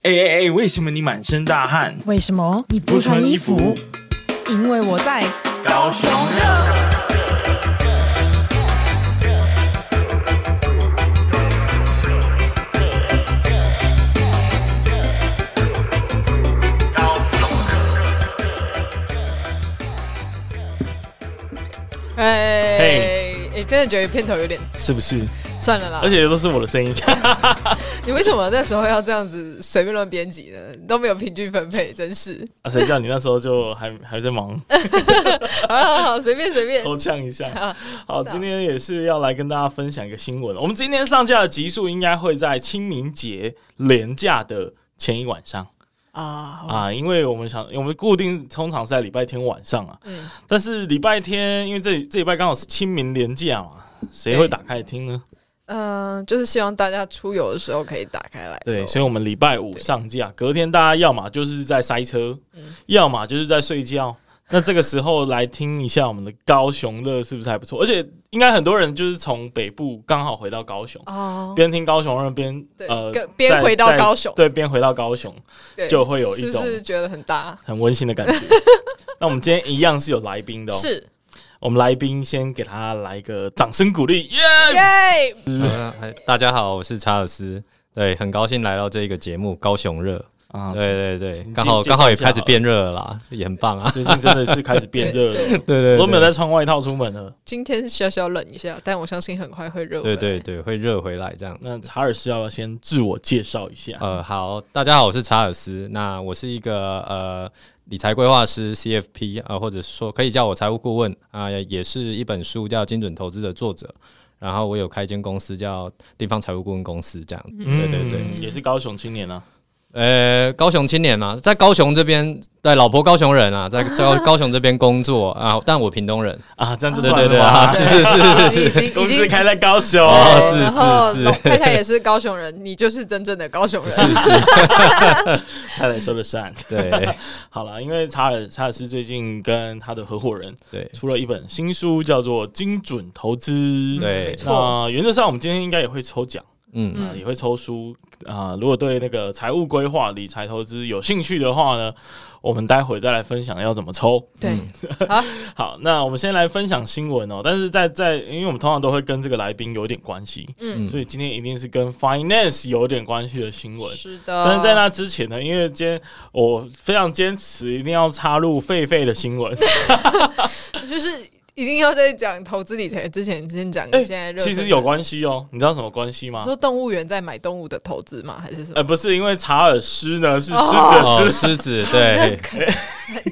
哎哎哎，为什么你满身大汗？为什么你不穿衣服？因为我在。高雄哎、嘿哎真的觉得片头有点是不是？算了啦。而且都是我的 声音，你为什么那时候要这样子随便乱编辑呢？都没有平均分配，真是。啊谁叫你那时候就还还在忙，好好好，随便随 便。偷呛一下。好，今天也是要来跟大家分享一个新闻。我们今天上架的集数应该会在清明节连假的前一晚上啊，啊，因为我们想，我们固定通常是在礼拜天晚上啊，嗯但是礼拜天因为这这礼拜刚好是清明连假嘛，谁对会打开来听呢？嗯、就是希望大家出游的时候可以打开来。对，所以我们礼拜五上架，隔天大家要么就是在塞车，嗯要么就是在睡觉。那这个时候来听一下我们的高雄乐是不是还不错？而且应该很多人就是从北部刚好回到高雄，哦，边听高雄乐边对呃跟边在回到在高雄对，边回到高雄，对就会有一是不是种觉得很搭？很温馨的 感觉。那我们今天一样是有来宾的、哦，是我们来宾先给他来一个掌声鼓励，耶、耶，呃嗨大家好，我是查尔斯。对，很高兴来到这个节目《高雄热》。啊，对对对请，刚好介绍刚好也一下好开了始变热了啦，也很棒 啊。最近真的是开始变热了，对对，我都没有对在。穿外套出门了。今天小小冷一下，但我相信很快会热。对对。对，会热回来这样哎那子。查尔斯要不要先自我介绍一下？呃，好，大家好，我是查尔斯。那我是一个呃理财规划师 CFP 呃，或者说可以叫我财务顾问啊、也是一本书叫《精准投资》的作者。然后我有开一间公司叫地方财务顾问公司，这样子。对对对。嗯也是高雄青年啊。呃，高雄青年嘛，在高雄这边，对，老婆高雄人啊，在高高雄这边工作啊，但我屏东人，啊，这样就对算了对对吧啊，。是是是已是是，经已 公经司开在高雄，哦对是然后是是老太太也是高雄人，你就是真正的高雄人。太太说的善。对好了，因为查尔查尔斯最近跟他的合伙人对出了一本新书，叫做《精准投资》。对，那原则上我们今天应该也会抽奖嗯，啊、也会抽书啊、如果对那个财务规划、理财投资有兴趣的话呢，我们待会再来分享要怎么抽。对，好，那我们先来分享新闻哦。但是在在，因为我们通常都会跟这个来宾有点关系，嗯所以今天一定是跟 finance 有点关系的新闻。是的。但是在那之前呢，因为今天我非常坚持一定要插入狒狒的新闻。 就是一定要在讲投资理财之前，先讲哎现在热、哦其实有。关系哦，你知道什么关系吗你？说动物园在买动物的投资吗？还是什么？呃，不是，因为查尔斯呢是狮哦，子，狮狮子，哎对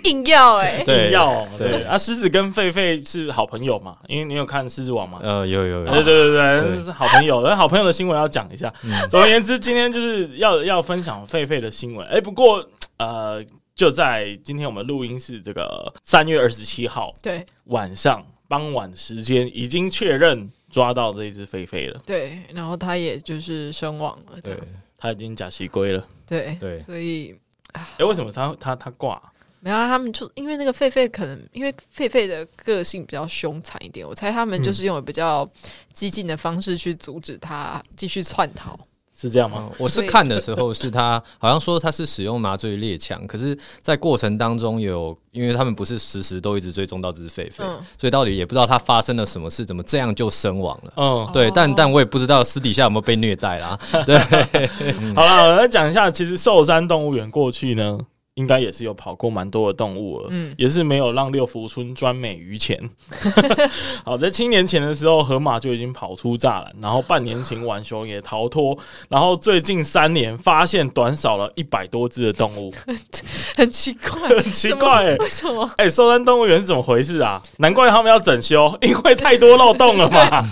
硬要哎、对，要哦对对啊，狮子跟狒狒是好朋友嘛，因为你有看《狮子王》嘛，呃，有有对有，对对对，嗯对这是好朋友。呃那好朋友的新闻要讲一下。总而言之，今天就是要要分享狒狒的新闻。哎、不过呃，就在今天我们录音是这个三月二十七号对晚上傍晚时间，已经确认抓到这一只狒狒了，对，然后他也就是身亡了，这对样它已经假习龟了。对对所以啊哎、为什么它它它挂？没有啊他们就因为那个狒狒可能因为狒狒的个性比较凶残一点，我猜他们嗯就是用比较激进的方式去阻止他继续窜逃。是这样吗？哦我是看的时候是他好像说他是使用麻醉猎枪，可是，在过程当中有，因为他们不是时时都一直追踪到这只狒狒嗯，所以到底也不知道他发生了什么事，怎么这样就身亡了。嗯，对，但但我也不知道私底下有没有被虐待啦。对，嗯好了，我来讲一下，其实寿山动物园过去呢，应该也是有跑过蛮多的动物了，嗯也是没有让六福村专美于前。 好，在七年前的时候，河马就已经跑出栅栏，然后半年前浣熊也逃脱，然后最近三年发现短少了一百多只的动 物，很奇 怪，很奇怪、欸。为什么？哎、寿山动物园是怎么回事啊？难怪他们要整修，因为太多漏洞了 嘛。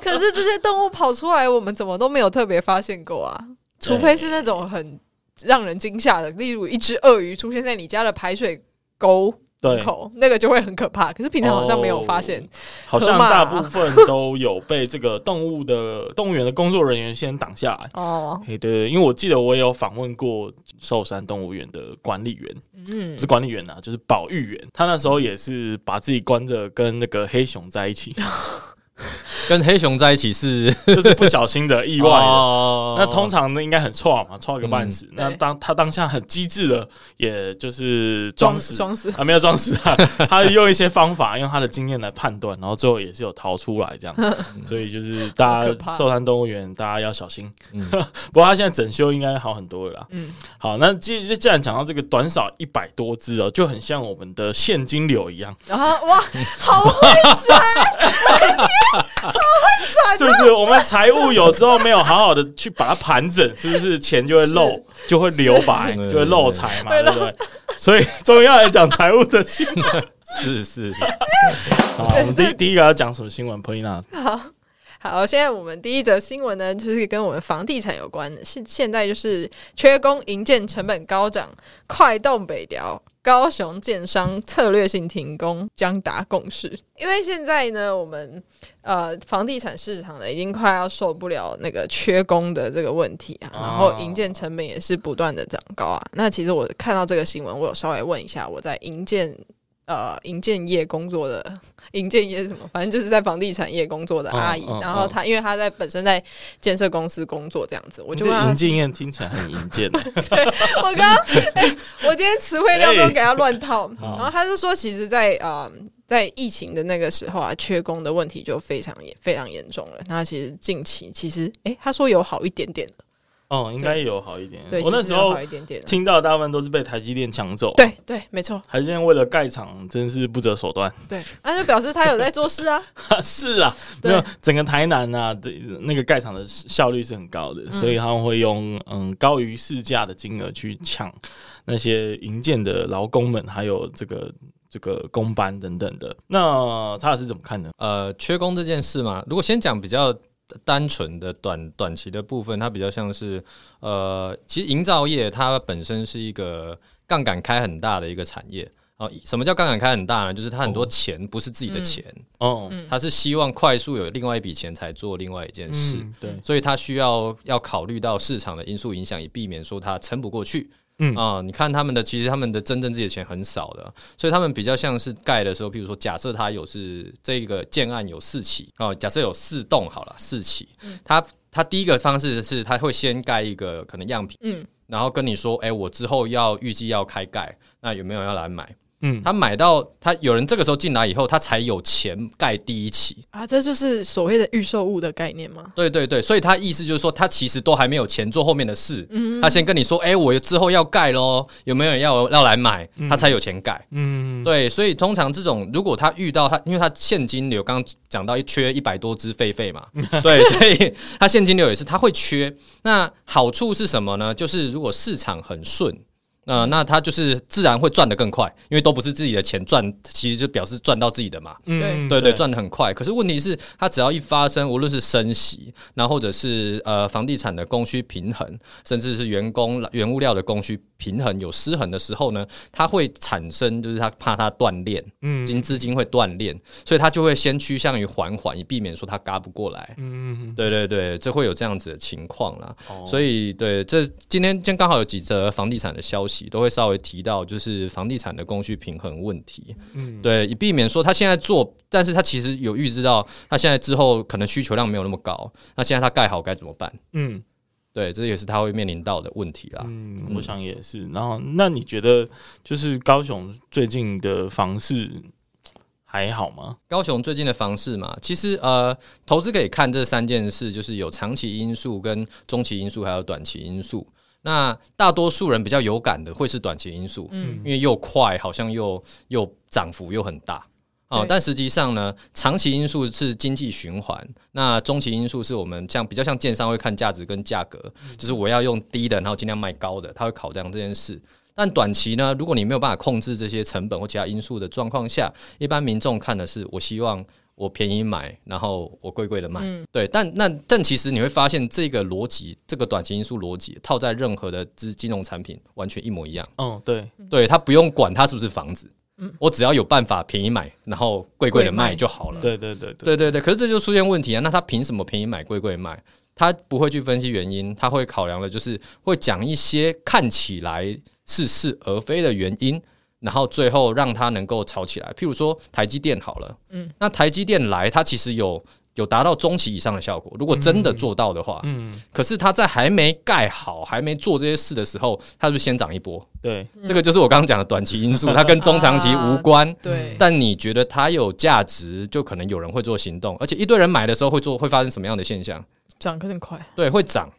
可是这些动物跑出来，我们怎么都没有特别发现过啊？除非是那种很让人惊吓的，例如一只鳄鱼出现在你家的排水沟对，口，那个就会很可怕。可是平常好像没有发现。好像河马大部分都有被这个动物的动物园的工作人员先挡下来。哦，诶，对对，因为我记得我也有访问过寿山动物园的管理员，嗯不，是管理员啊，就是保育员。他那时候也是把自己关着跟那个黑熊在一起，跟黑熊在一起是 就是不小心 的、意外的。哦那通常呢，应该很错嘛，错个半死。那嗯对当他当下很机智的，也就是装死装死，啊，没有装死啊， 他用一些方法，用他的经验来判断，然后最后也是有逃出来这样。 所以就是大好可家怕寿山动物园，大家要小心。嗯 不过他现在整修应该好很多了啦。嗯，好，那既既然讲到这个短少一百多只哦，就很像我们的现金流一样，然后哇，好会转， 是不是？我们财务有时候没有好好的去把它盘整，是不是钱就会漏，就会留白，是就会漏财嘛，会对漏不对？所以终于要来讲财务的新闻。是是， 好，我们第一第一个要讲什么新闻 p a n 好，现在我们第一则新闻呢，就是跟我们房地产有关的，是现在就是缺工、营建成本高涨，快动北调。高雄建商策略性停工将达共识，因为现在呢，我们呃房地产市场呢已经快要受不了那个缺工的这个问题啊，哦然后营建成本也是不断的涨高啊。那其实我看到这个新闻，我有稍微问一下我在营建呃营建业工作的营建业是什么，反正就是在房地产业工作的阿姨，嗯嗯然后她因为她在本身在建设公司工作这样子，我啊我就这问她银建宴听起来很银建的，我刚刚、 哎我 今天词汇量都给他乱套， 好然后他就说，其实在，呃在疫情的那个时候啊，缺工的问题就非常严非常严重了。那其实近期其实，哎、他说有好一点点了， 哦，应该有好一点。对，嗯我那其实时有候好一点点了，听到大部分都是被台积电抢走，，对对，没错，台积电为了盖厂真是不择手段。对，那就表示他有在做事啊， 是啊，没对有整个台南啊，的那个盖厂的效率是很高的，所以他们会用嗯高于市价的金额去抢那些营建的劳工们，还有这个这个工班等等的。那查尔斯怎么看呢？呃，缺工这件事嘛，如果先讲比较单纯的短短期的部分，它比较像是呃，其实营造业它本身是一个杠杆开很大的一个产业。哦，什么叫杠杆开很大呢？就是它很多钱不是自己的钱，哦，它是希望快速有另外一笔钱才做另外一件事，嗯对，所以它需要要考虑到市场的因素影响，以避免说它撑不过去。嗯啊、你看他们的，其实他们的真正自己的钱很少的，所以他们比较像是盖的时候，譬如说，假设它有是这个建案有四期哦、假设有四栋好了，四期，嗯它它第一个方式是它会先盖一个可能样品，嗯，然后跟你说，哎、我之后要预计要开盖，那有没有要来买？嗯他买到他有人这个时候进来以后，他才有钱盖第一期，啊，这就是所谓的预售物的概念吗？对对对，所以他意思就是说，他其实都还没有钱做后面的事，他先跟你说，哎、我之后要盖咯，有没有人要要来买，他才有钱盖。嗯，对，所以通常这种，如果他遇到他，因为他现金流刚刚讲到一缺一百多只狒狒嘛， 对，所以他现金流也是他会缺。那好处是什么呢？就是如果市场很顺。那、那他就是自然会赚得更快，因为都不是自己的钱赚，其实就表示赚到自己的嘛。嗯对对，赚得很快。可是问题是，它只要一发生，无论是升息，然后或者是呃房地产的供需平衡，甚至是员工原物料的供需平衡有失衡的时候呢，它会产生就是它怕它断裂，嗯金资金会断裂，所以它就会先趋向于缓缓，以避免说它嘎不过来。嗯，对对对，这会有这样子的情况啦。哦所以对，这今天今天刚好有几则房地产的消息，都会稍微提到就是房地产的供需平衡问题。嗯嗯，对，以避免说他现在做，但是他其实有预知到他现在之后可能需求量没有那么高，那现在他盖好该怎么办？嗯对，这也是他会面临到的问题啦。嗯，我想也是。然后，那你觉得就是高雄最近的房市还好吗？高雄最近的房市嘛，其实呃，投资可以看这三件事，就是有长期因素、跟中期因素，还有短期因素。那大多数人比较有感的会是短期因素，嗯因为又快，好像又又涨幅又很大。哦对，但实际上呢，长期因素是经济循环，那中期因素是我们像比较像建商会看价值跟价格，就是我要用低的，然后尽量卖高的，他会考量这件事。但短期呢，如果你没有办法控制这些成本或其他因素的状况下，一般民众看的是我希望我便宜买，然后我贵贵的卖。对，但那但其实你会发现这个逻辑，这个短期因素逻辑套在任何的资金融产品完全一模一样。嗯，对，对他不用管它是不是房子，我只要有办法便宜买，然后贵贵的卖就好了。对对对对，对对对，可是这就出现问题啊！那他凭什么便宜买贵贵卖？他不会去分析原因，他会考量的就是会讲一些看起来似是而非的原因，然后最后让他能够炒起来。譬如说台积电好了，嗯，那台积电来，它其实有有达到中期以上的效果。如果真的做到的话，嗯，可是它在还没盖好、还没做这些事的时候，它是不是先涨一波？对，这个就是我刚刚讲的短期因素，它跟中长期无关。对，但你觉得它有价值，就可能有人会做行动，而且一堆人买的时候会做，会发生什么样的现象？涨得更快，对，会涨。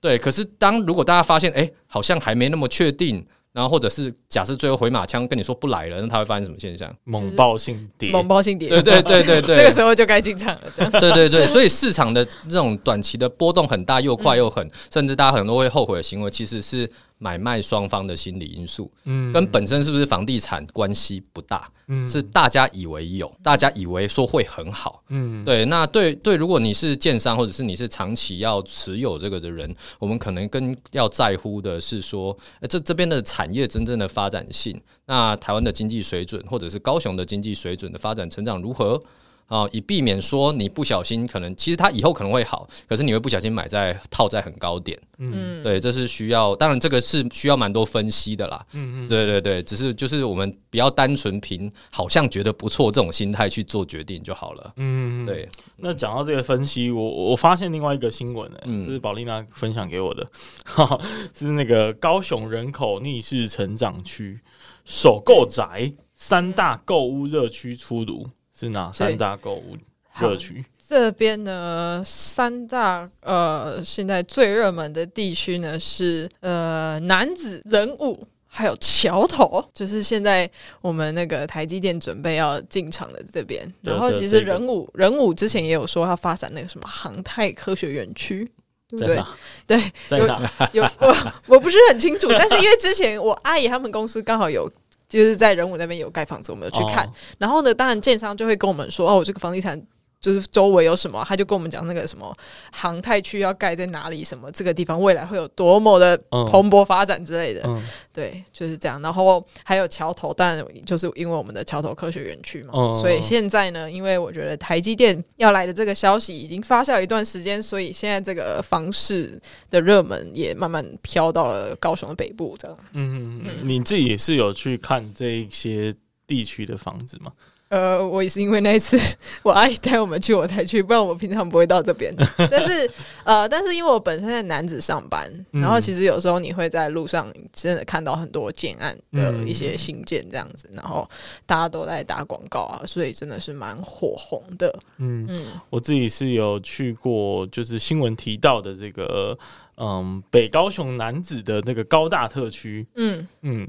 对，可是当如果大家发现，哎、好像还没那么确定，然后或者是假设最后回马枪跟你说不来了，那它会发生什么现象？猛爆性跌，猛爆性跌，对 对对对对，这个时候就该进场了。这样对对对，所以市场的这种短期的波动很大，又快又狠，甚至大家很多会后悔的行为，其实是买卖双方的心理因素，嗯跟本身是不是房地产关系不大，嗯是大家以为有，大家以为说会很好。嗯对，那对对，如果你是建商或者是你是长期要持有这个的人，我们可能更要在乎的是说，呃、这这边的产业真正的发展性，那台湾的经济水准或者是高雄的经济水准的发展成长如何？啊、以避免说你不小心可能，其实它以后可能会好，可是你会不小心买在套在很高点，嗯，对，这是需要，当然这个是需要蛮多分析的啦，嗯对对对，只是就是我们不要单纯凭好像觉得不错这种心态去做决定就好了，嗯，对。那讲到这个分析，我我发现另外一个新闻、欸，嗯这是宝丽娜分享给我的，哈哈，是那个高雄人口逆势成长区首购宅三大购物热区出炉，是哪三大购物好热区？这边呢，三大呃，现在最热门的地区呢是呃男子人物。还有桥头，就是现在我们那个台积电准备要进场的这边。对然后对其实这个人武、人武之前也有说要发展那个什么航太科学园区，对不在对？哪？对，在有哪？有我我不是很清楚，但是因为之前我阿姨他们公司刚好有。就是在仁武那边有盖房子，我们有去看。哦然后呢，当然建商就会跟我们说，哦，这个房地产就是周围有什么，他就跟我们讲那个什么航太区要盖在哪里，什么这个地方未来会有多么的嗯蓬勃发展之类的。 嗯对，就是这样。然后还有桥头，当然就是因为我们的桥头科学园区嘛，嗯所以现在呢，因为我觉得台积电要来的这个消息已经发酵一段时间，所以现在这个房市的热门也慢慢飘到了高雄的北部，这样。嗯嗯，嗯，你自己也是有去看这一些地区的房子吗？呃，我也是因为那一次我阿姨带我们去，我才去，不然我平常不会到这 边。但是呃，但是因为我本身在男子上班，嗯然后其实有时候你会在路上真的看到很多建案的嗯一些新建这样子，然后大家都在打广告啊，所以真的是蛮火红的。嗯，嗯，我自己是有去过，就是新闻提到的这个，嗯，北高雄男子的那个高大特区，嗯，嗯，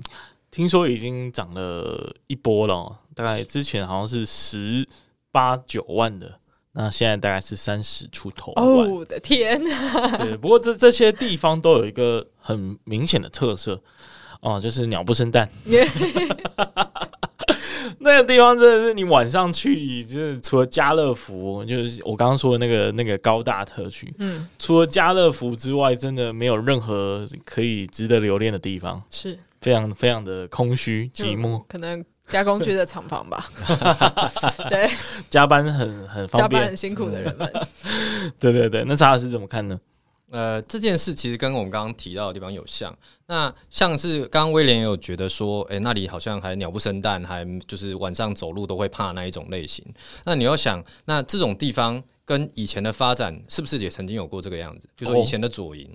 听说已经涨了一波了哦、大概之前好像是十八九万的，那现在大概是三十出头万。哦我的天啊，对，不过这这些地方都有一个很明显的特色哦、就是鸟不生蛋。那个地方真的是你晚上去，就是除了家乐福，就是我刚刚说的那个那个高大特区，嗯，除了家乐福之外，真的没有任何可以值得留恋的地方，是非常非常的空虚就寂寞。可能加工区的厂 房吧，对，加班很很加方班便很。辛苦的 人们，对对对，那查尔斯怎么看呢？呃，这件事其实跟我们刚刚提到的地方有像。那像是刚刚威廉也有觉得说，诶，那里好像还鸟不生蛋，还就是晚上走路都会怕那一种类型。那你要想，那这种地方跟以前的发展是不是也曾经有过这个样子？比如说以前的左营，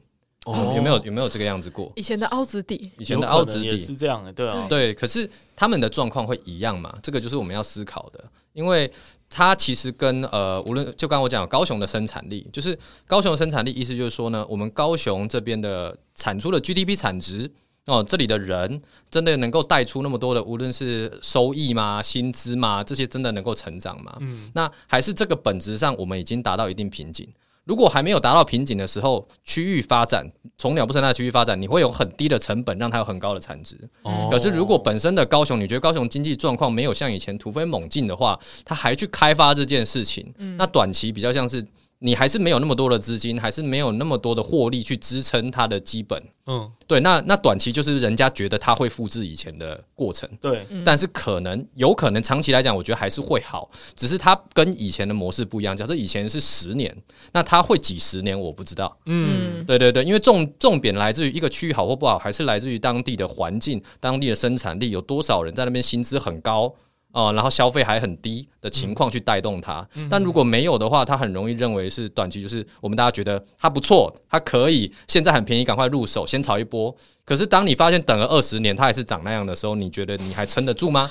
有有没有有没有这个样子过？以前的凹子底，以前的凹哦有子可能也底是这样的，对啊，对，可是他们的状况会一样嘛？这个就是我们要思考的，因为它其实跟呃，无论就刚刚我讲高雄的生产力，就是高雄的生产力，意思就是说呢，我们高雄这边的产出的 GDP 产值。哦，这里的人真的能够带出那么多的，无论是收益嘛、薪资嘛，这些真的能够成长嘛？嗯，那还是这个本质上我们已经达到一定瓶颈。如果还没有达到瓶颈的时候，区域发展从鸟不生蛋的区域发展，你会有很低的成本，让它有很高的产值。哦可是如果本身的高雄，你觉得高雄经济状况没有像以前突飞猛进的话，他还去开发这件事情，嗯那短期比较像是你还是没有那么多的资金，还是没有那么多的获利去支撑它的基本。嗯，对，那那短期就是人家觉得它会复制以前的过程，对，嗯但是可能有可能长期来讲，我觉得还是会好，只是它跟以前的模式不一样。假设以前是十年，那它会几十年我不知道。嗯，对对对，因为重重点来自于一个区域好或不好，还是来自于当地的环境、当地的生产力，有多少人在那边薪资很高。哦、然后消费还很低的情况去带动它。但如果没有的话，它很容易认为是短期，就是我们大家觉得它不错，它可以现在很便宜，赶快入手，先炒一波。可是当你发现等了二十年它还是长那样的时候，你觉得你还撑得住吗？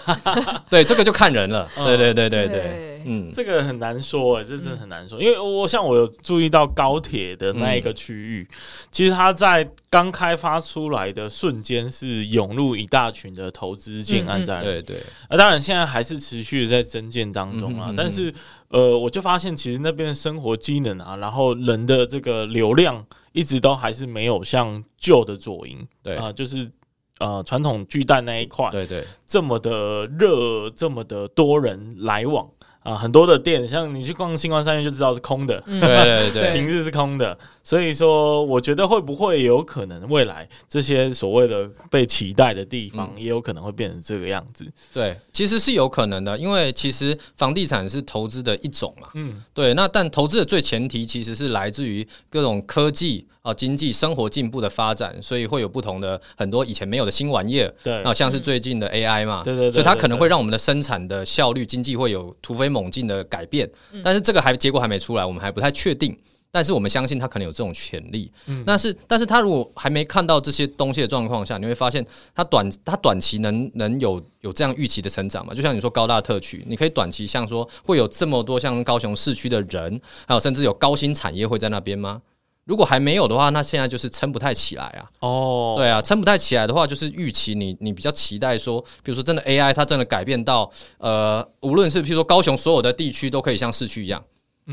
对，这个就看人了。对对对对对对，嗯，这个很难说、欸，这嗯真的很难说，因为我像我有注意到高铁的那嗯一个区域，其实它在刚开发出来的瞬间是涌入一大群的投资嗯建案在那里，对对，啊，当然现在还是持续地在增建当中啊，嗯哼嗯哼但是呃，我就发现其实那边的生活机能啊，然后人的这个流量一直都还是没有像旧的左营，对啊、就是呃传统巨蛋那一块对对，这么的热，这么的多人来往啊、很多的店，像你去逛星光三月就知道是空的，对对对对平日是空的，所以说我觉得会不会有可能未来这些所谓的被期待的地方，嗯也有可能会变成这个样子，对，其实是有可能的，因为其实房地产是投资的一种嘛。嗯。对，那但投资的最前提其实是来自于各种科技啊、经济、生活进步的发展，所以会有不同的很多以前没有的新玩意儿。对啊，像是最近的 AI 嘛，对对对所以它可对能对会让我们的生产的效率、经济会有突飞猛进的改变，但是这个还结果还没出来，我们还不太确定。但是我们相信它可能有这种潜力，嗯但是但是它如果还没看到这些东西的状况下，你会发现它短它短期能能有有这样预期的成长嘛？就像你说高大特区，你可以短期像说会有这么多像高雄市区的人，还有甚至有高新产业会在那边吗？如果还没有的话，那现在就是撑不太起来啊。哦，对啊，撑不太起来的话，就是预期你你比较期待说，比如说真的 AI 它真的改变到呃，无论是譬如说高雄所有的地区都可以像市区一样。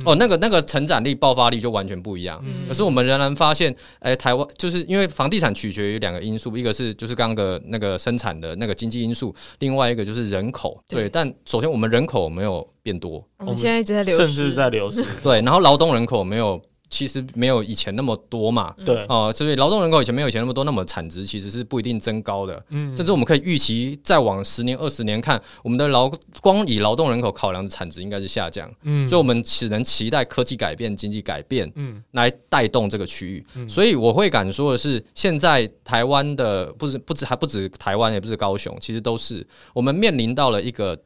哦，那个那个成长力、爆发力就完全不一样。可是我们仍然发现，哎、台湾就是因为房地产取决于两个因素，一个是就是刚刚的那个生产的那个经济因素，另外一个就是人口。对对，但首先我们人口没有变多，我们现在一直在流甚失，至在 流失。对，然后劳动人口没有，其实没有以前那么多嘛。对，哦，所以劳动人口以前没有以前那么多，那么产值其实是不一定增高的。嗯，甚至我们可以预期再往十年、二十年看，我们的劳光以劳动人口考量的产值应该是下降。嗯，所以我们只能期待科技改变、经济改变，嗯，来带动这个区域。所以我会敢说的是，现在台湾的不止不止还不止台湾，也不止高雄，其实都是我们面临到了一个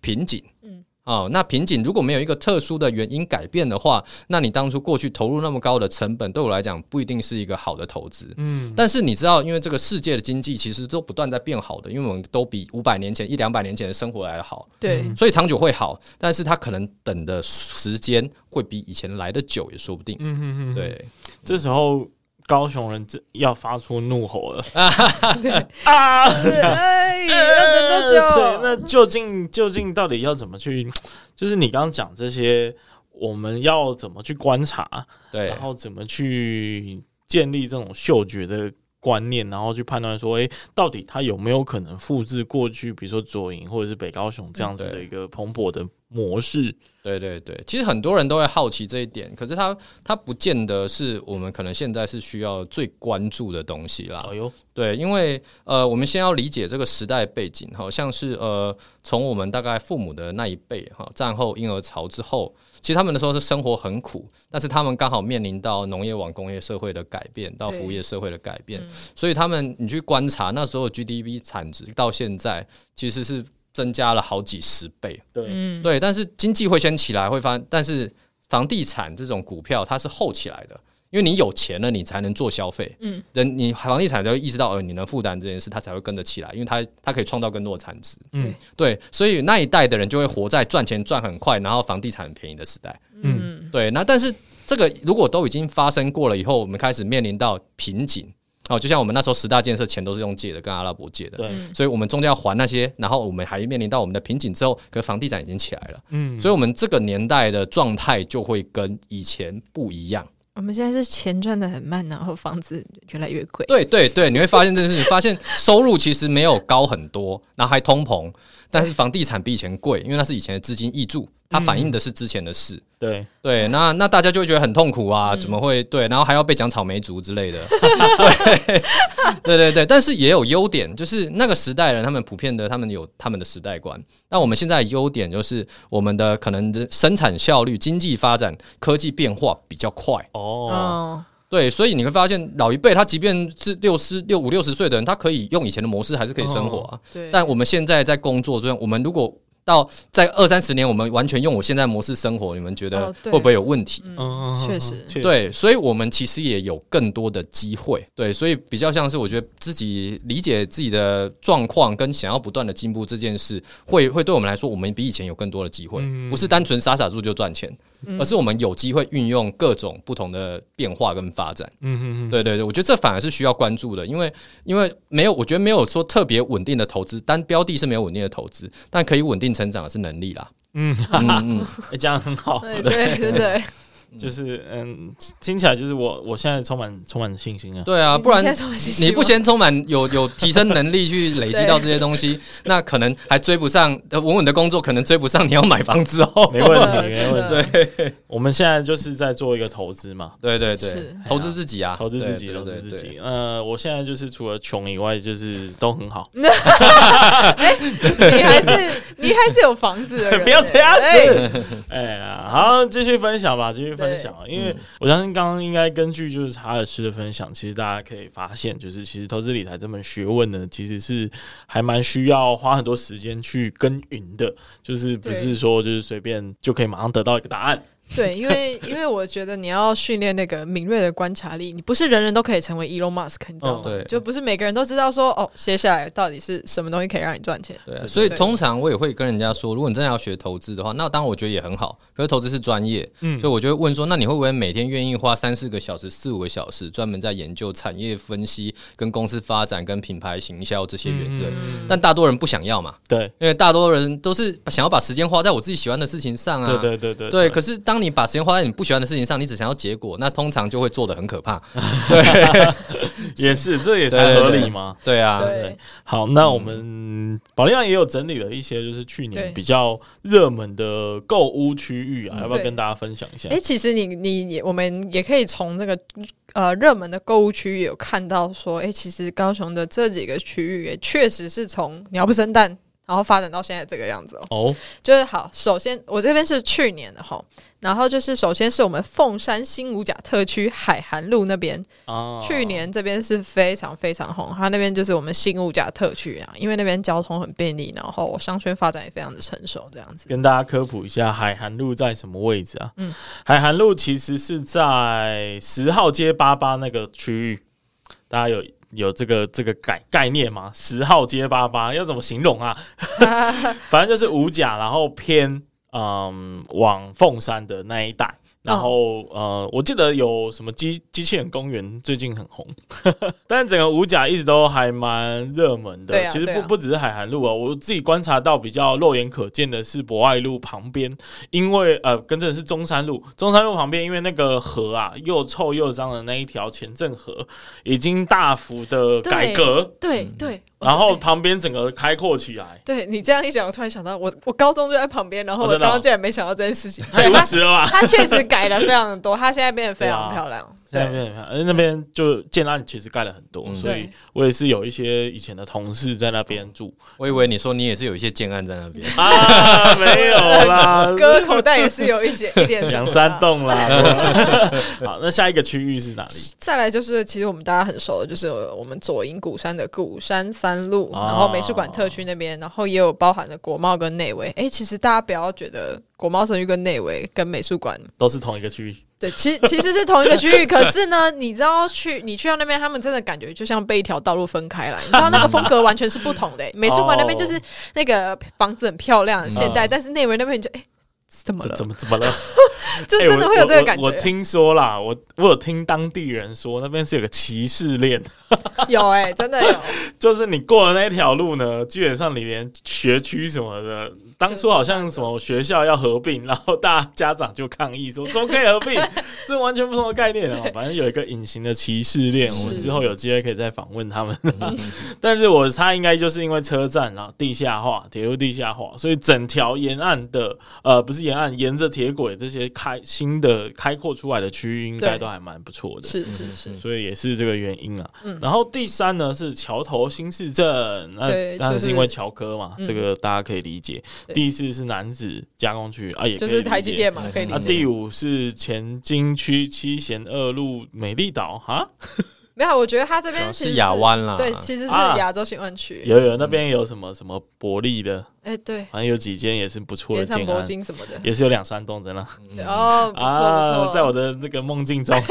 瓶颈。嗯。哦，那瓶颈如果没有一个特殊的原因改变的话，那你当初过去投入那么高的成本，对我来讲不一定是一个好的投资。嗯，但是你知道，因为这个世界的经济其实都不断在变好的，因为我们都比五百年前、一两百年前的生活来的好，对，嗯所以长久会好，但是它可能等的时间会比以前来的久，也说不定。嗯哼哼，对，这时候高雄人这要发出怒吼了对啊！哎，要等多久？呃 所以那究竟究竟到底要怎么去？就是你刚刚讲这些，我们要怎么去观察，对然，后怎么去建立这种嗅觉的观念，然后去判断说，诶，哎到底它有没有可能复制过去，比如说左营或者是北高雄这样子嗯对的一个蓬勃的模式？对对对，其实很多人都会好奇这一点，可是它它不见得是我们可能现在是需要最关注的东西啦。哎呦，对，因为呃，我们先要理解这个时代背景，好像是呃，从我们大概父母的那一辈哈，战后婴儿潮之后，其实他们的时候是生活很苦，但是他们刚好面临到农业往工业社会的改变，到服务业社会的改变，所以他们你去观察那时候 GDP 产值到现在其实是增加了好几十倍，对，嗯，对，但是经济会先起来，会发，但是房地产这种股票它是后起来的，因为你有钱了，你才能做消费。嗯，人你房地产才会意识到，呃，你能负担这件事，它才会跟着起来，因为它它可以创造更多的产值。嗯，对，所以那一代的人就会活在赚钱赚很快，然后房地产很便宜的时代。嗯嗯，对，那但是这个如果都已经发生过了以后，我们开始面临到瓶颈。哦，就像我们那时候十大建设钱都是用借的，跟阿拉伯借的。对，所以我们中间要还那些，然后我们还面临到我们的瓶颈之后，可是房地产已经起来了，嗯嗯，所以我们这个年代的状态就会跟以前不一样。我们现在是钱赚的很慢，然后房子越来越贵，对对对，你会发现这件事情，发现收入其实没有高很多，然后还通膨，但是房地产比以前贵，因为那是以前的资金溢注，它反映的是之前的事。对，对，那那大家就会觉得很痛苦嗯啊，怎么会对？然后还要被讲草莓族之类的， 对对对对。但是也有优点，就是那个时代人他们普遍的，他们有他们的时代观。那我们现在的优点就是我们的可能的生产效率、经济发展、科技变化比较快。哦，哦，对，所以你会发现老一辈他即便是六十六五六十岁的人，他可以用以前的模式还是可以生活啊。哦对，但我们现在在工作中，我们如果到在二三十年，我们完全用我现在模式生活，你们觉得哦对会不会有问题？嗯，确实确实， 对，所以我们其实也有更多的机会，对，所以比较像是我觉得自己理解自己的状况跟想要不断的进步这件事，会会对我们来说，我们比以前有更多的机会，嗯不是单纯傻傻住就赚钱，而是我们有机会运用各种不同的变化跟发展。嗯嗯嗯，对对对，我觉得这反而是需要关注的，因为因为没有，我觉得没有说特别稳定的投资，单标的是没有稳定的投资，但可以稳定成长的是能力啦。嗯嗯嗯，哎这样很好，对对对对，就是嗯，听起来就是我我现在充满充满信心啊。对 啊，不然 你现在这么信心你不吗，先充满有有提升能力去累积到这些东 西，那可能还追不上，呃稳稳的工作可能追不上你要买房之后。没问真的题，没问真的题。我们现在就是在做一个投资嘛， 对对对是，投资自己啊，投资自己，对投对资对自对己。呃，我现在就是除了穷以外，就是都很好。你还是你还是有房子的 人，不要这样哎子。哎呀，好，继续分享吧，继续分享啊。因为我相信刚刚应该根据就是查尔斯的分享，其实大家可以发现，就是其实投资理财这门学问呢，其实是还蛮需要花很多时间去耕耘的，就是不是对说就是随便就可以马上得到一个答案。对，因为因为我觉得你要训练那个敏锐的观察力，你不是人人都可以成为 Elon Musk，你知道吗？嗯对就不是每个人都知道说哦，接下来到底是什么东西可以让你赚钱。对啊，所以通常我也会跟人家说，如果你真的要学投资的话，那当然我觉得也很好。可是投资是专业，嗯所以我就会问说，那你会不会每天愿意花三四个小时、四五个小时，专门在研究产业分析、跟公司发展、跟品牌行销这些原嗯则？但大多人不想要嘛，对，因为大多人都是想要把时间花在我自己喜欢的事情上啊。对对对对对，可是当你把时间花在你不喜欢的事情上，你只想要结果，那通常就会做的很可怕。也是，这也才对对合对理嘛。对啊，对，嗯好，那我们保利亚也有整理了一些，就是去对嗯年比较热门的购物区域啊，要不要对跟大家分享一下哎、？其实你你你我们也可以从这个呃热门的购物区域有看到说，哎、其实高雄的这几个区域也确实是从鸟不生蛋，然后发展到现在这个样子哦。哦，就是好，首先我这边是去年的哈，然后就是首先是我们凤山新五甲特区海涵路那边，啊去年这边是非常非常红，它那边就是我们新物价特区啊，因为那边交通很便利，然后商圈发展也非常的成熟，这样子。跟大家科普一下，海涵路在什么位置啊？嗯海涵路其实是在十号街八八那个区域，大家有有这个这个概概念吗？十号街八八要怎么形容 啊？反正就是五甲，然后偏嗯往凤山的那一带。然哦后、呃，我记得有什么机机器人公园最近很红，但整个五甲一直都还蛮热门的。对啊其实对不啊不只是海涵路啊，我自己观察到比较肉眼可见的是博爱路旁边，因为呃，跟着是中山路，中山路旁边因为那个河啊又臭又脏的那一条前镇河已经大幅的改革，对对，嗯然后旁边整个开阔起来，对你这样一讲，我突然想到我，我高中就在旁边，然后哦我真的哦刚刚竟然没想到这件事 情。太对无它耻了 吧！它确实改了非常多，它现在变得非常对啊漂亮。在那边很漂亮，而且那边就建案其实盖了很多，嗯所以我也是有一些以前的同事在那边 住我以为你说你也是有一些建案在那边，啊，没有啦， 哥口袋也是有一 些一 点两啊想三法。栋啦。 对好，那下一个区域是哪里？再来就是，其实我们大家很熟的，就是我们左营鼓山的鼓山三路，啊然后美术馆特区那边，然后也有包含了国贸跟内围。诶，其实大家不要觉得国贸生育跟内围跟美术馆，都是同一个区域。对，其其实是同一个区域，可是呢，你知道去你去到那边，他们真的感觉就像被一条道路分开来，你知道那个风格完全是不同的、诶欸美术馆那边就是那个房子很漂亮、很现代，但是内围那边你就诶，怎么嗯这了？怎么怎么 了？就哎真的我会有这个感我觉我。我听说啦，我我有听当地人说，那边是有个歧视链， 有诶，真的有。就是你过了那条路呢，基本上你连学区什么的，当初好像什么学校要合并，然后大家家长就抗议说，怎么可以合 并？这完全不同的概念哦。反正有一个隐形的歧视链，我们是之后有机会可以再访问他们。但是我猜应该就是因为车站然后地下化，铁路地下化，所以整条沿岸的呃不是沿岸，沿着铁轨这些开新的开阔出来的区域，应该对都还蛮不错的。是嗯是是。所以也是这个原因啊。然后第三呢是桥头新市镇，那对当然就是是因为乔科嘛，嗯这个大家可以理解。对第四是南子加工区啊，也可就以是理台积解电嘛，可以理啊。解。第五是前金区七贤二路美丽岛哈，没有，我觉得他这边其实啊是亚湾啦。对，其实是啊亚洲新湾区。有有那边有什么什么伯利的哎，对，反正有几间也是不错的连上建铂安，金什么的，也是有两三栋真的哦， 不错啊，不错，在我的这个梦境中。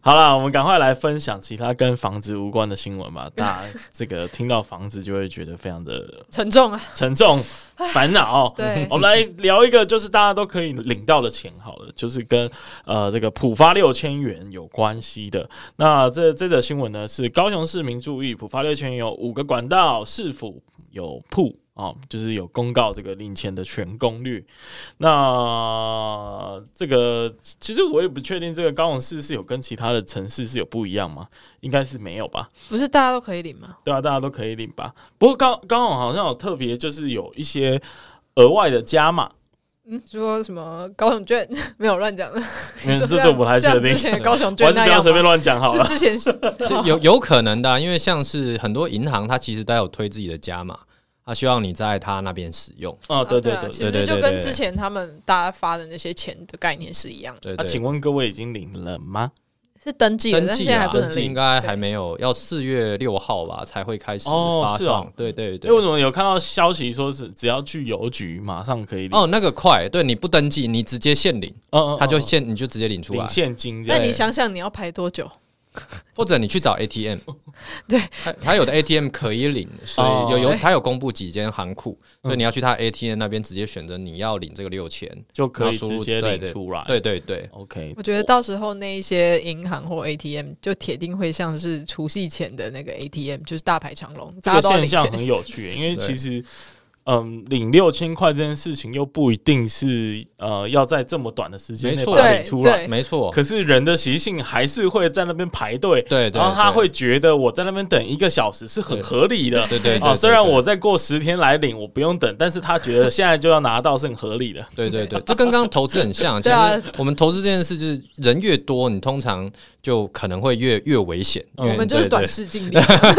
好啦，我们赶快来分享其他跟房子无关的新闻吧。大家这个听到房子就会觉得非常的沉重啊， 沉重、烦恼。对我们来聊一个，就是大家都可以领到的钱，好了，就是跟呃这个浦发六千元有关系的。那这这则新闻呢，是高雄市民注意，浦发六千元有五个管道，市府有铺哦，就是有公告这个领钱的全攻略。那这个其实我也不确定，这个高雄市是有跟其他的城市是有不一样吗？应该是没有吧。不是大家都可以领吗？对啊，大家都可以领吧。不过刚刚好好像有特别，就是有一些额外的加码，嗯，说什么高雄券 没有乱讲的，因为 就嗯这像这 我不太确像定之，前的高雄我还是券那不要样随便吗，乱讲好 了。是 之前是哦就有有可能的啊、因为像是很多银行，它其实都有推自己的加码，它希望你在它那边使用。哦，对对啊对其对。实对对就对跟对之前他们大家发的那些钱的概念是一样的，对那、对请问各位已经领了吗？是登记的，登但现记在还啊，不能登记领应。该还没有，要四月六号吧才会开始哦发是放。哦对对因为我对。怎么有看到消息说是只要去邮局马上可以领？哦，那个快，对你不登记，你直接现领，嗯，嗯嗯他就现你就直接领出来领，现金这那样。你想想，你要排多久？或者你去找 ATM。 对哎它，他有的 ATM 可以领，所以有哦有对他有公布几间行库，嗯所以你要去他 ATM 那边直接选择你要领这个六千，就可然以后输入直接对领出嗯来。对对对， ，OK，我觉得到时候那一些银行或 ATM 就铁定会像是除夕前的那个 ATM，就是大排长龙，这大家个都要领现象钱。很有趣，因为对其实，嗯，领六千块这件事情又不一定是呃要在这么短的时间内没错把它领对出来对，没错，可是人的习性还是会在那边排队，哦对对然后他对会觉得我在那边等一个小时是很合理的。对对啊，哦对，虽然对我再过十天来领，我不用等，但是他觉得现在就要拿到是很合理的。对对对，这跟刚刚投资 很像。对啊其实我们投资这件事就是人越多，你通常就可能会越越危险。因为 嗯我们就是对短对视近利，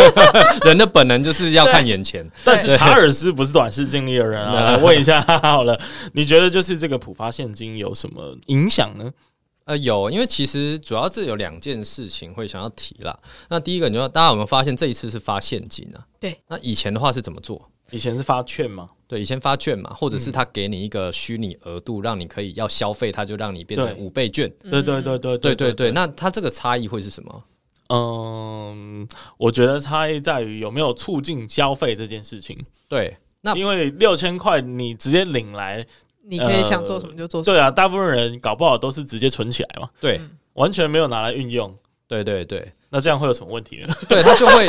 人的本能就是要看眼前。但是查尔斯不是短视近利的人 啊，来问一下好了，你觉得就是这个普发现金有什么影响呢？呃，有，因为其实主要这有两件事情会想要提啦。那第一个，你说大家有没有发现这一次是发现金啊？对。那以前的话是怎么做？以前是发券吗？对，以前发券嘛，或者嗯是他给你一个虚拟额度，让你可以要消费，他就让你变成对五倍券。对对对对对对对，那它这个差异会是什么？嗯，我觉得差异在于有没有促进消费这件事情，对，那因为六千块你直接领来，你可以想做什么就做什么。对啊，大部分人搞不好都是直接存起来嘛，对完全没有拿来运用。对对对，那这样会有什么问题呢？对他就会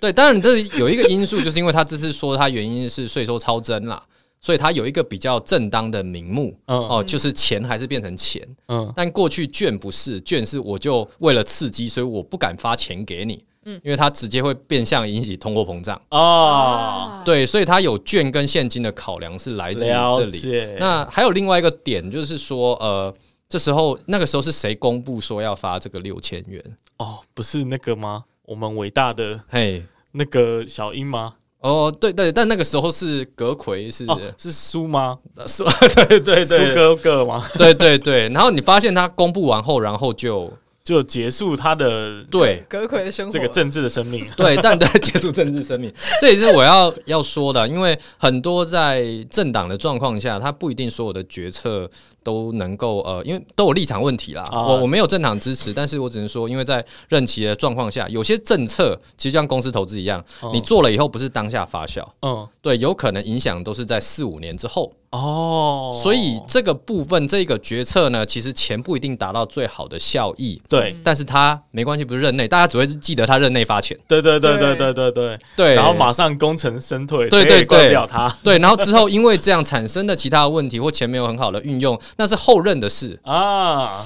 对。当然，这有一个因素，就是因为他这次说他原因是税收超增啦，所以他有一个比较正当的名目。嗯哦，就是钱还是变成钱，嗯，但过去券不是券，是我就为了刺激，所以我不敢发钱给你，嗯，因为它直接会变相引起通货膨胀， 哦，对，所以它有券跟现金的考量是来自于这了里。解。那还有另外一个点就是说，呃，这时候那个时候是谁公布说要发这个六千元？哦，不是那个吗？我们伟大的嘿，那个小英吗？哦，对对，但那个时候是葛奎是哦，是苏吗？呃是，对对苏对，哥哥吗？ 对对对。然后你发现他公布完后，然后就就结束他的对葛奎的啊生活，这个政治的生命。 对，但在结束政治生命， 这也是我要要说的，因为很多在政党的状况下，他不一定所有的决策都能够呃，因为都有立场问题啦。啊我我没有政党支持，但是我只能说，因为在任期的状况下，有些政策其实像公司投资一样，哦你做了以后不是当下发酵，嗯，对，有可能影响都是在四五年之后。哦，所以这个部分，这个决策呢，其实钱不一定达到最好的效益，对但是他没关系，不是任内，大家只会记得他任内发钱，对对对对对对对对，对，然后马上功成身退，对谁也对怪不对了他对，然后之后因为这样产生的其他的问题或钱没有很好的运用，那是后任的事。啊。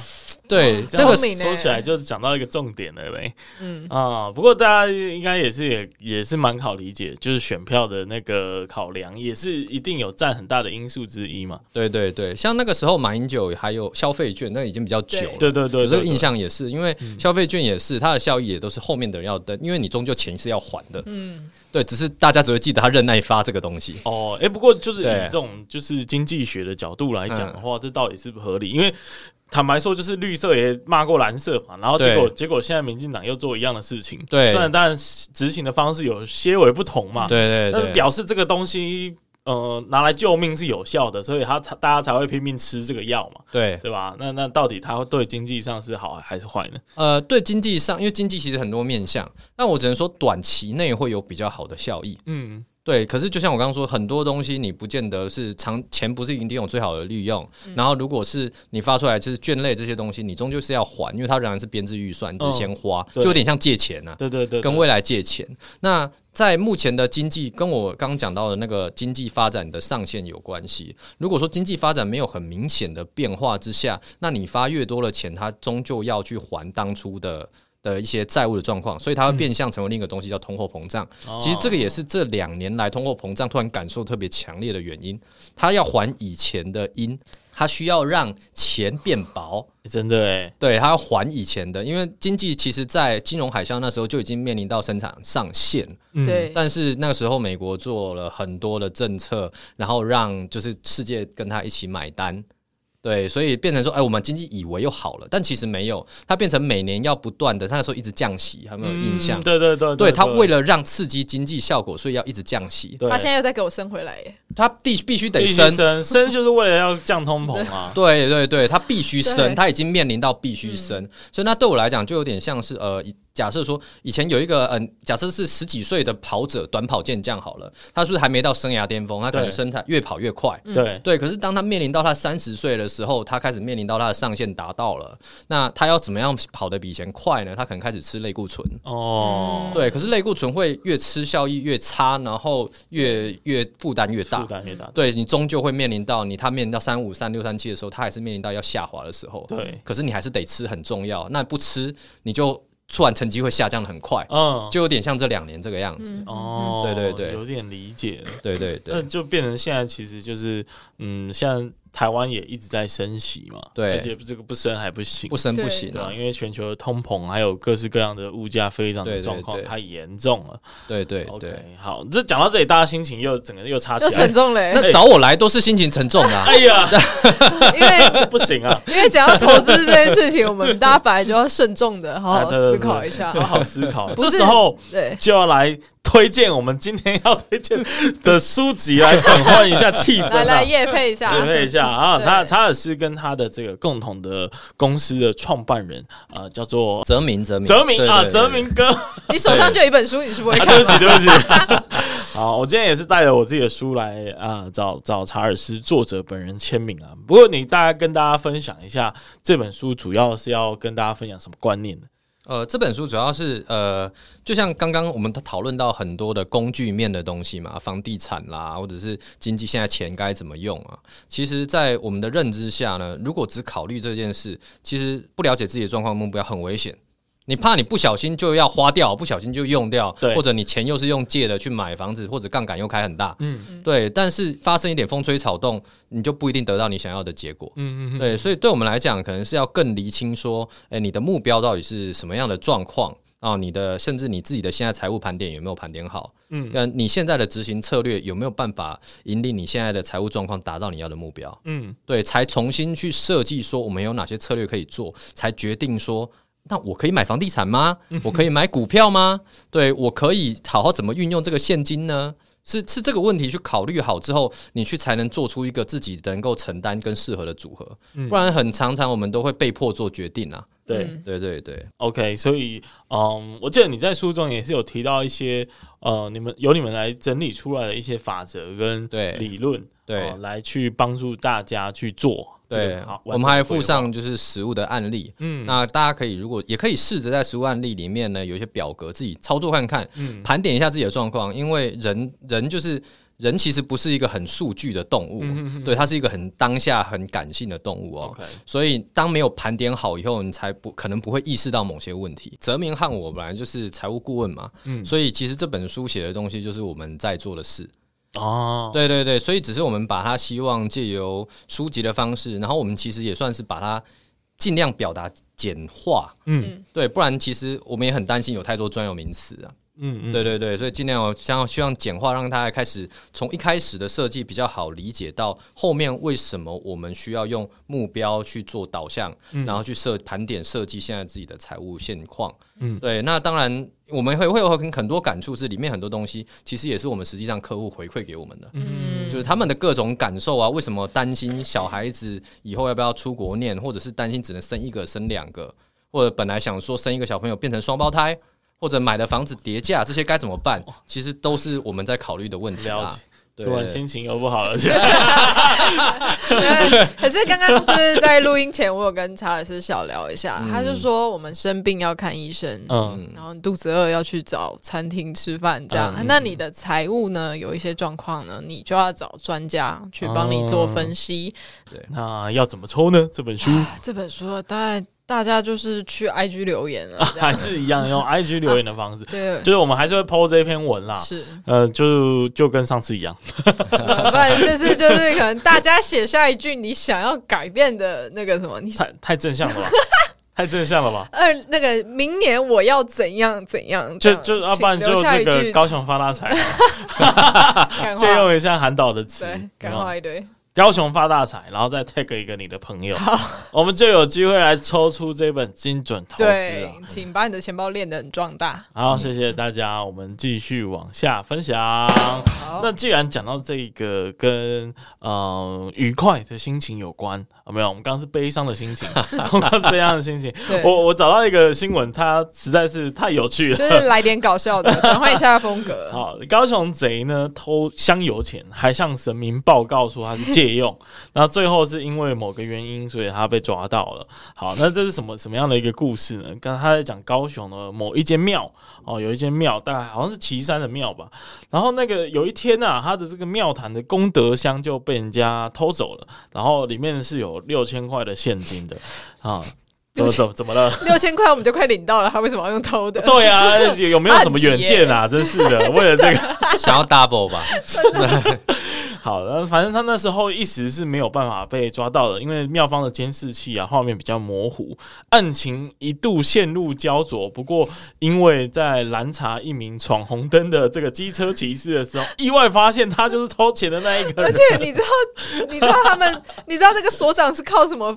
对，这这个个聪明欸说起来就是讲到一个重点了呗。嗯，啊，不过大家应该也是也也是蛮好理解，就是选票的那个考量也是一定有占很大的因素之一嘛。对对对，像那个时候马英九还有消费券，那已经比较久了。对对对有这对嗯个对印象也是，因为消费券也是它的效益也都是后面的人要登，因为你终究钱是要还的。嗯，对，只是大家只会记得他任内发这个东西。哦，哎、不过就是以对这种就是经济学的角度来讲的话，这到底是不合理？因为坦白说，就是绿色也骂过蓝色嘛，然后结对果结果现在民进党又做一样的事情，对虽然当然执行的方式有些微不同嘛，对但对是对，啊表示这个东西呃拿来救命是有效的，所以他才大家才会拼命吃这个药嘛，对，对吧？那那到底它对经济上是好还是坏呢？呃，对经济上，因为经济其实很多面向，但我只能说短期内会有比较好的效益。嗯，对，可是就像我刚刚说，很多东西你不见得是长钱不是一定有最好的利用。然后如果是你发出来就是券类这些东西，你终究是要还，因为它仍然是编制预算，你只是先花，嗯对就有点像借钱呐、啊。对对对跟未来借钱。那在目前的经济，跟我刚讲到的那个经济发展的上限有关系。如果说经济发展没有很明显的变化之下，那你发越多的钱，它终究要去还当初的。的一些债务的状况，所以它会嗯变相成为另一个东西，叫通货膨胀。哦其实这个也是这两年来通货膨胀突然感受特别强烈的原因。它要还以前的因，它需要让钱变薄，欸真的哎、对，他要还以前的，因为经济其实，在金融海啸那时候就已经面临到生产上限，嗯对，但是那个时候美国做了很多的政策，然后让就是世界跟他一起买单，对，所以变成说，哎，我们经济以为又好了，但其实没有，它变成每年要不断的，它那时候一直降息，还没有印象？嗯对对对对，它为了了让刺激经济效果，所以要一直降息，对他现在又在给我升回来 耶，它必必须得必须升。升升就是为了要降通膨啊。对对对，它必须对升，它已经面临到必须升，所以那对我来讲就有点像是呃，以假设说以前有一个嗯、假设是十几岁的跑者短跑健将好了，他是不是还没到生涯巅峰？他可能对身材越跑越快。对，对，嗯可是当他面临到他三十岁的时候，他开始面临到他的上限达到了，那他要怎么样跑得比以前快呢？他可能开始吃类固醇，哦，嗯对，可是类固醇会越吃效益越差，然后越越负担越大负，担越大。对你终究会面临到你，他面临到三五、三六、三七的时候，他还是面临到要下滑的时候。对，可是你还是得吃，很重要。那不吃，你就突然成绩会下降的很快，嗯，就有点像这两年这个样子。哦，嗯对对对有点理解了。对对对那就变成现在其实就是，嗯，像台湾也一直在升息嘛，对而且这个不升还不行，不升不行对吧？啊！因为全球的通膨还有各式各样的物价飞涨的对对状况对太严重了。对对对， OK，好，这讲到这里，大家心情又整个又差起又来沉了。重嘞，那找我来都是心情沉重的啊。哎呀，因为这不行啊！因为讲到投资这件事情，我们大家本来就要慎重的， 好哎好思考 一下。好好思考。 不这是时候对，就要来推荐我们今天要推荐的书籍，来转换一下气氛、啊。来来夜配一下，对，配一下啊，对查查尔斯跟他的这个共同的公司的创办人啊、呃叫做泽明，泽明，泽明对啊，对对泽明哥，啊，你手上就有一本书，你 是不会看对啊不起，对不起。 好，我今天也是带着我自己的书来啊、找找查尔斯作者本人签名啊。不过你大概跟大家分享一下这本书主要是要跟大家分享什么观念呢？呃，这本书主要是呃，就像刚刚我们讨论到很多的工具面的东西嘛，房地产啦，或者是经济现在钱该怎么用啊。其实，在我们的认知下呢，如果只考虑这件事，其实不了解自己的状况目标很危险。你怕你不小心就要花掉，不小心就用掉对，或者你钱又是用借的去买房子，或者杠杆又开很大，嗯嗯，对。但是发生一点风吹草动，你就不一定得到你想要的结果。嗯嗯对，所以对我们来讲，可能是要更厘清说，哎，你的目标到底是什么样的状况啊？你的甚至你自己的现在财务盘点有没有盘点好？嗯嗯，呃，你现在的执行策略有没有办法引领你现在的财务状况达到你要的目标？嗯，对，才重新去设计说我们有哪些策略可以做，才决定说。那我可以买房地产吗？我可以买股票吗？对我可以好好怎么运用这个现金呢？是是这个问题去考虑好之后，你去才能做出一个自己能够承担跟适合的组合，不然很常常我们都会被迫做决定啊。对。嗯对对对， OK，所以嗯，我记得你在书中也是有提到一些呃，你们由你们来整理出来的一些法则跟对理论，对哦来去帮助大家去做。这对个好，，我们还附完上就是实物的案例。嗯嗯，那大家可以如果也可以试着在实物案例里面呢，有一些表格自己操作看看，嗯盘点一下自己的状况，因为人人就是。人其实不是一个很数据的动物，哦嗯对，它是一个很当下、很感性的动物哦。整个规划所以当没有盘点好以后，你才不可能不会意识到某些问题。泽明和我本来就是财务顾问嘛，嗯所以其实这本书写的东西就是我们在做的事。 OK 哦，对对对，所以只是我们把它希望借由书籍的方式，然后我们其实也算是把它尽量表达简化。嗯对，不然其实我们也很担心有太多专有名词啊。嗯嗯，对对对，所以尽量我想要希望简化，让大家开始从一开始的设计比较好理解，到后面为什么我们需要用目标去做导向，然后去设盘点设计现在自己的财务现况。嗯嗯，对，那当然我们会会有很很多感触，是里面很多东西其实也是我们实际上客户回馈给我们的。嗯，就是他们的各种感受啊，为什么担心小孩子以后要不要出国念，或者是担心只能生一个、生两个，或者本来想说生一个小朋友变成双胞胎，或者买的房子叠价，这些该怎么 办？其实都是我们在考虑的问题了啊解。。对突然心情又不好了， 嗯嗯对可是刚刚就是在录音前，我有跟查尔斯小聊一下，他就说我们生病要看医生，嗯，然后你肚子饿要去找餐厅吃饭，这样。嗯那你的财务呢，有一些状况呢，你就要找专家去帮哦你做分析。那要怎么抽呢？这本书 这本书大概大家就是去 IG 留言 了，这还样是一样用 IG 留言的方式，对，就是我们还是会 PO 这篇文啦。是。呃，就就跟上次一 样，不然这次就是可能大家写下一句你想要改变的那个什么，你太太正向了吧？太正向了吧？二那个明年我要怎样怎样， 啊就这就样要请不然就留下这一个句高雄发大财 啊，干借话，用一下韩导的词，对，有干没有话一堆，高雄发大财，然后再 tag 一个你的朋友，我们就有机会来抽出这本精准投资啊对了。，请把你的钱包练得很壮大。好，谢谢大家，我们继续往下分享。那既然讲到这个跟呃愉快的心情有关，啊、没有，我们刚刚是悲伤的心情，我们刚刚是悲伤的心情。对我我找到一个新闻，它实在是太有趣了。就是来点搞笑的，转换一下风格。 好，高雄贼呢偷香油钱，还向神明报告说他是借用，那最后是因为某个原因，所以他被抓到了。好，那这是什么什么样的一个故事呢？刚才他在讲高雄的某一间庙哦，有一间庙，大概好像是岐山的庙吧。然后那个有一天呐、啊，他的这个庙坛的功德箱就被人家偷走了，然后里面是有六千块的现金的啊。怎么怎么怎么了？六千块我们就快领到了，他为什么要用偷的？对啊，有有没有什么远见啊？真是的，为了这个想要 double 吧？好，然后反正他那时候一时是没有办法被抓到的，因为妙方的监视器啊画面比较模糊，案情一度陷入焦灼。不过因为在拦查一名闯红灯的这个机车骑士的时候，意外发现他就是偷钱的那一个 而人且。你知道，你知道他 们，你知道那个所长是靠什么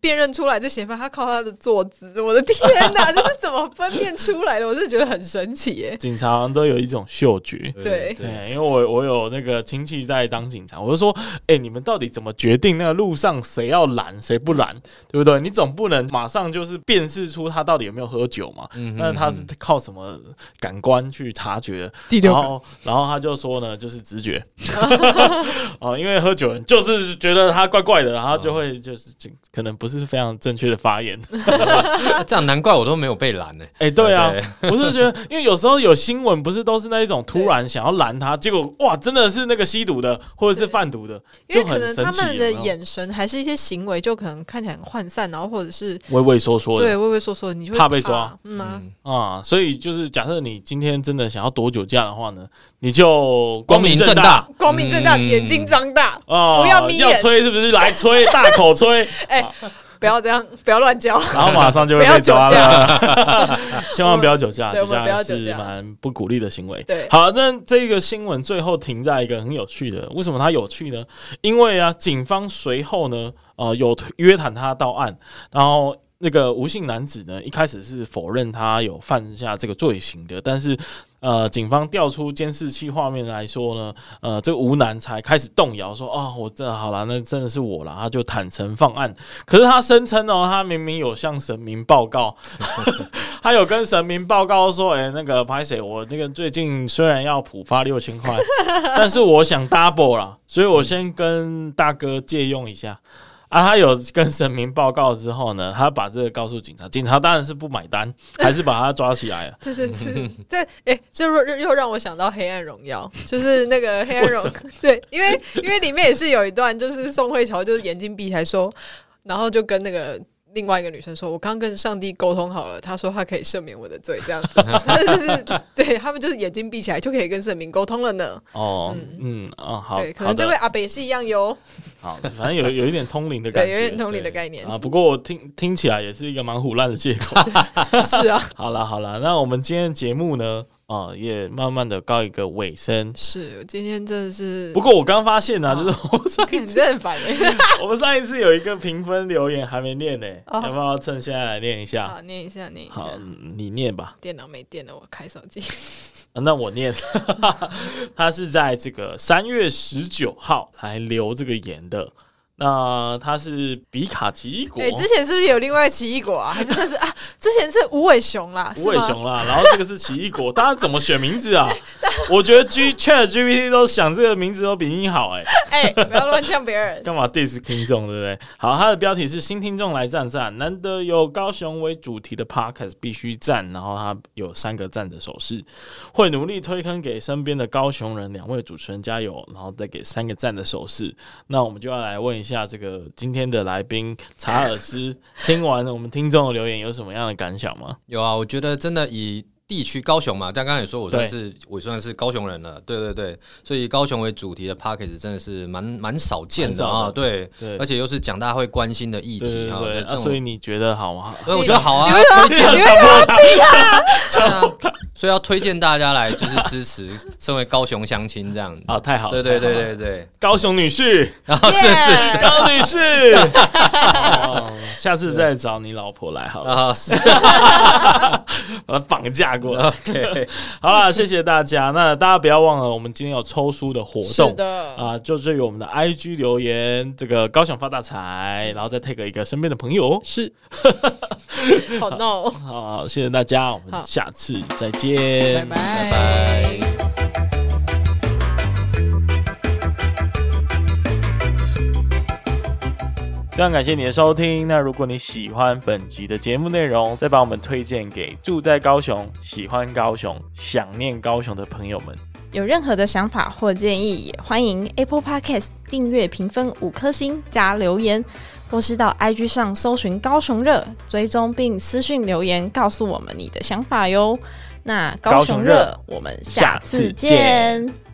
辨认出来这嫌犯？他靠他的坐姿。我的天 哪，这是怎么分辨出来的？我真的觉得很神奇耶！ 警察好像都有一种嗅觉。对对，因为我我有那个亲戚在当警察，我就说，哎、你们到底怎么决定那个路上谁要拦谁不拦，对不对？你总不能马上就是辨识出他到底有没有喝酒嘛？嗯哼那他是靠什么感官去察觉的？第然后，然后他就说呢，就是直觉。 哦，因为喝酒人就是觉得他怪怪的，然后就会就是就可能不是非常正确的发言。那啊这样难怪我都没有被拦呢、欸哎、对啊，对我是觉得，因为有时候有新闻不是都是那一种突然想要拦他，结果哇，真的是那个吸毒的或者是贩毒的， 因就为可很能神他奇。们的有没有眼神还是一些行为，就可能看起来很涣散，然后或者是畏畏缩缩对的畏畏缩缩，你就会怕被抓。嗯啊，嗯，啊、所以就是假设你今天真的想要躲酒驾的话呢，你就光明明正大大。光明正大，嗯眼睛张大，啊，不要眯眼吹是不是？来吹，大口 吹，不要这样，不要乱叫。然后马上就会被抓了。 千万不要酒驾，对酒我们不驾要酒驾是蛮不鼓励的行为。 对好，那这个新闻最后停在一个很有趣的，为什么它有趣呢？因为啊，警方随后呢，呃，有约谈他到案，然后。那个无姓男子呢，一开始是否认他有犯下这个罪行的，但是，呃，警方调出监视器画面来说呢，呃，这个吴男才开始动摇，说啊、我这好了，那真的是我了，他就坦诚放案。可是他声称哦，他明明有向神明报告，他有跟神明报告说，哎、那个拍谁，我那个最近虽然要普发六千块，但是我想 double 啦， 所以我先跟大哥借用一下。啊，他有跟神明报告之后呢，他把这个告诉警察，警察当然是不买单，还是把他抓起来了。这是是这哎、这又又让我想到《黑暗荣耀》，就是那个《黑暗荣为》对，因为因为里面也是有一段，就是宋慧乔就是眼睛闭起来说，然后就跟那个另外一个女生说，我刚跟上帝沟通好了，他说他可以赦免我的罪，这样 子，他就是对他们就是眼睛闭起来就可以跟神明沟通了呢。哦，嗯，哦，好，对，可好能的这位阿北也是一 样哟。好，反正有有一点通灵的对感觉，有一点通灵对的概念啊。不过我听听起来也是一个蛮胡乱的借口。是啊，好了好了，那我们今天的节目呢，啊、也慢慢的告一个尾声。是我今天真的是不，过我刚发现呢、啊，哦就是我上一你次真的很烦欸耶我们上一次有一个评分留言还没念呢、哦要不要趁现在来念一下？ 好，念一下，念一好，下。嗯你念吧。电脑没电了，我开手机。啊那我念， 他是在这个三月十九号来留这个言的。那他是比卡奇异果，哎、之前是不是有另外奇异果啊？还真的是啊，之前是无尾熊啦，无尾是吗？熊啦，然后这个是奇异果，大家怎么选名 字啊？我觉得 G Chat GPT 都想这个名字都比你好哎、哎、不要乱呛别 人。干嘛 diss 听众对不对？好，它的标题是“新听众来赞赞”，难得有高雄为主题的 podcast 必须赞，然后它有三个赞的手势，会努力推坑给身边的高雄人。两位主持人加油，然后再给三个赞的手势。那我们就要来问一下这个今天的来宾查尔斯，听完我们听众的留言有什么样的感想吗？有啊，我觉得真的以地区高雄嘛，但刚才也说我算是我算是高雄人了，对对对，所以以高雄为主题的 p a c k a g e 真的是蛮蛮少见的蛮啊，少的对，对而且又是讲大家会关心的议对题对啊，对，这啊、种所以你觉得好 吗？所以我觉得好啊，推你荐要强迫 他，对啊，所以要推荐大家来就是支持身为高雄乡亲这样，啊，太好了，对对太好对了对对，高雄女婿。然后 是是是 Yeah 高女士， 哦下次再找你老婆来好了，啊是把她绑架过啊来。 ，OK，好了，谢谢大家。那大家不要忘了，我们今天有抽书的活是动。的，啊、就是有我们的 IG 留言，这个高想发大财，然后再 take 一个身边的朋友。嗯是。好 no，好，谢谢大家，我们好下次再见，拜拜。拜拜。非常感谢你的收听。那如果你喜欢本集的节目内容，再把我们推荐给住在高雄、喜欢高雄、想念高雄的朋友们。有任何的想法或建议，也欢迎 Apple Podcast 订阅、评分五颗星加留言，或是到 IG 上搜寻“高雄热”，追踪并私讯留言告诉我们你的想法哟。那高高雄雄热热，我们下下次次见见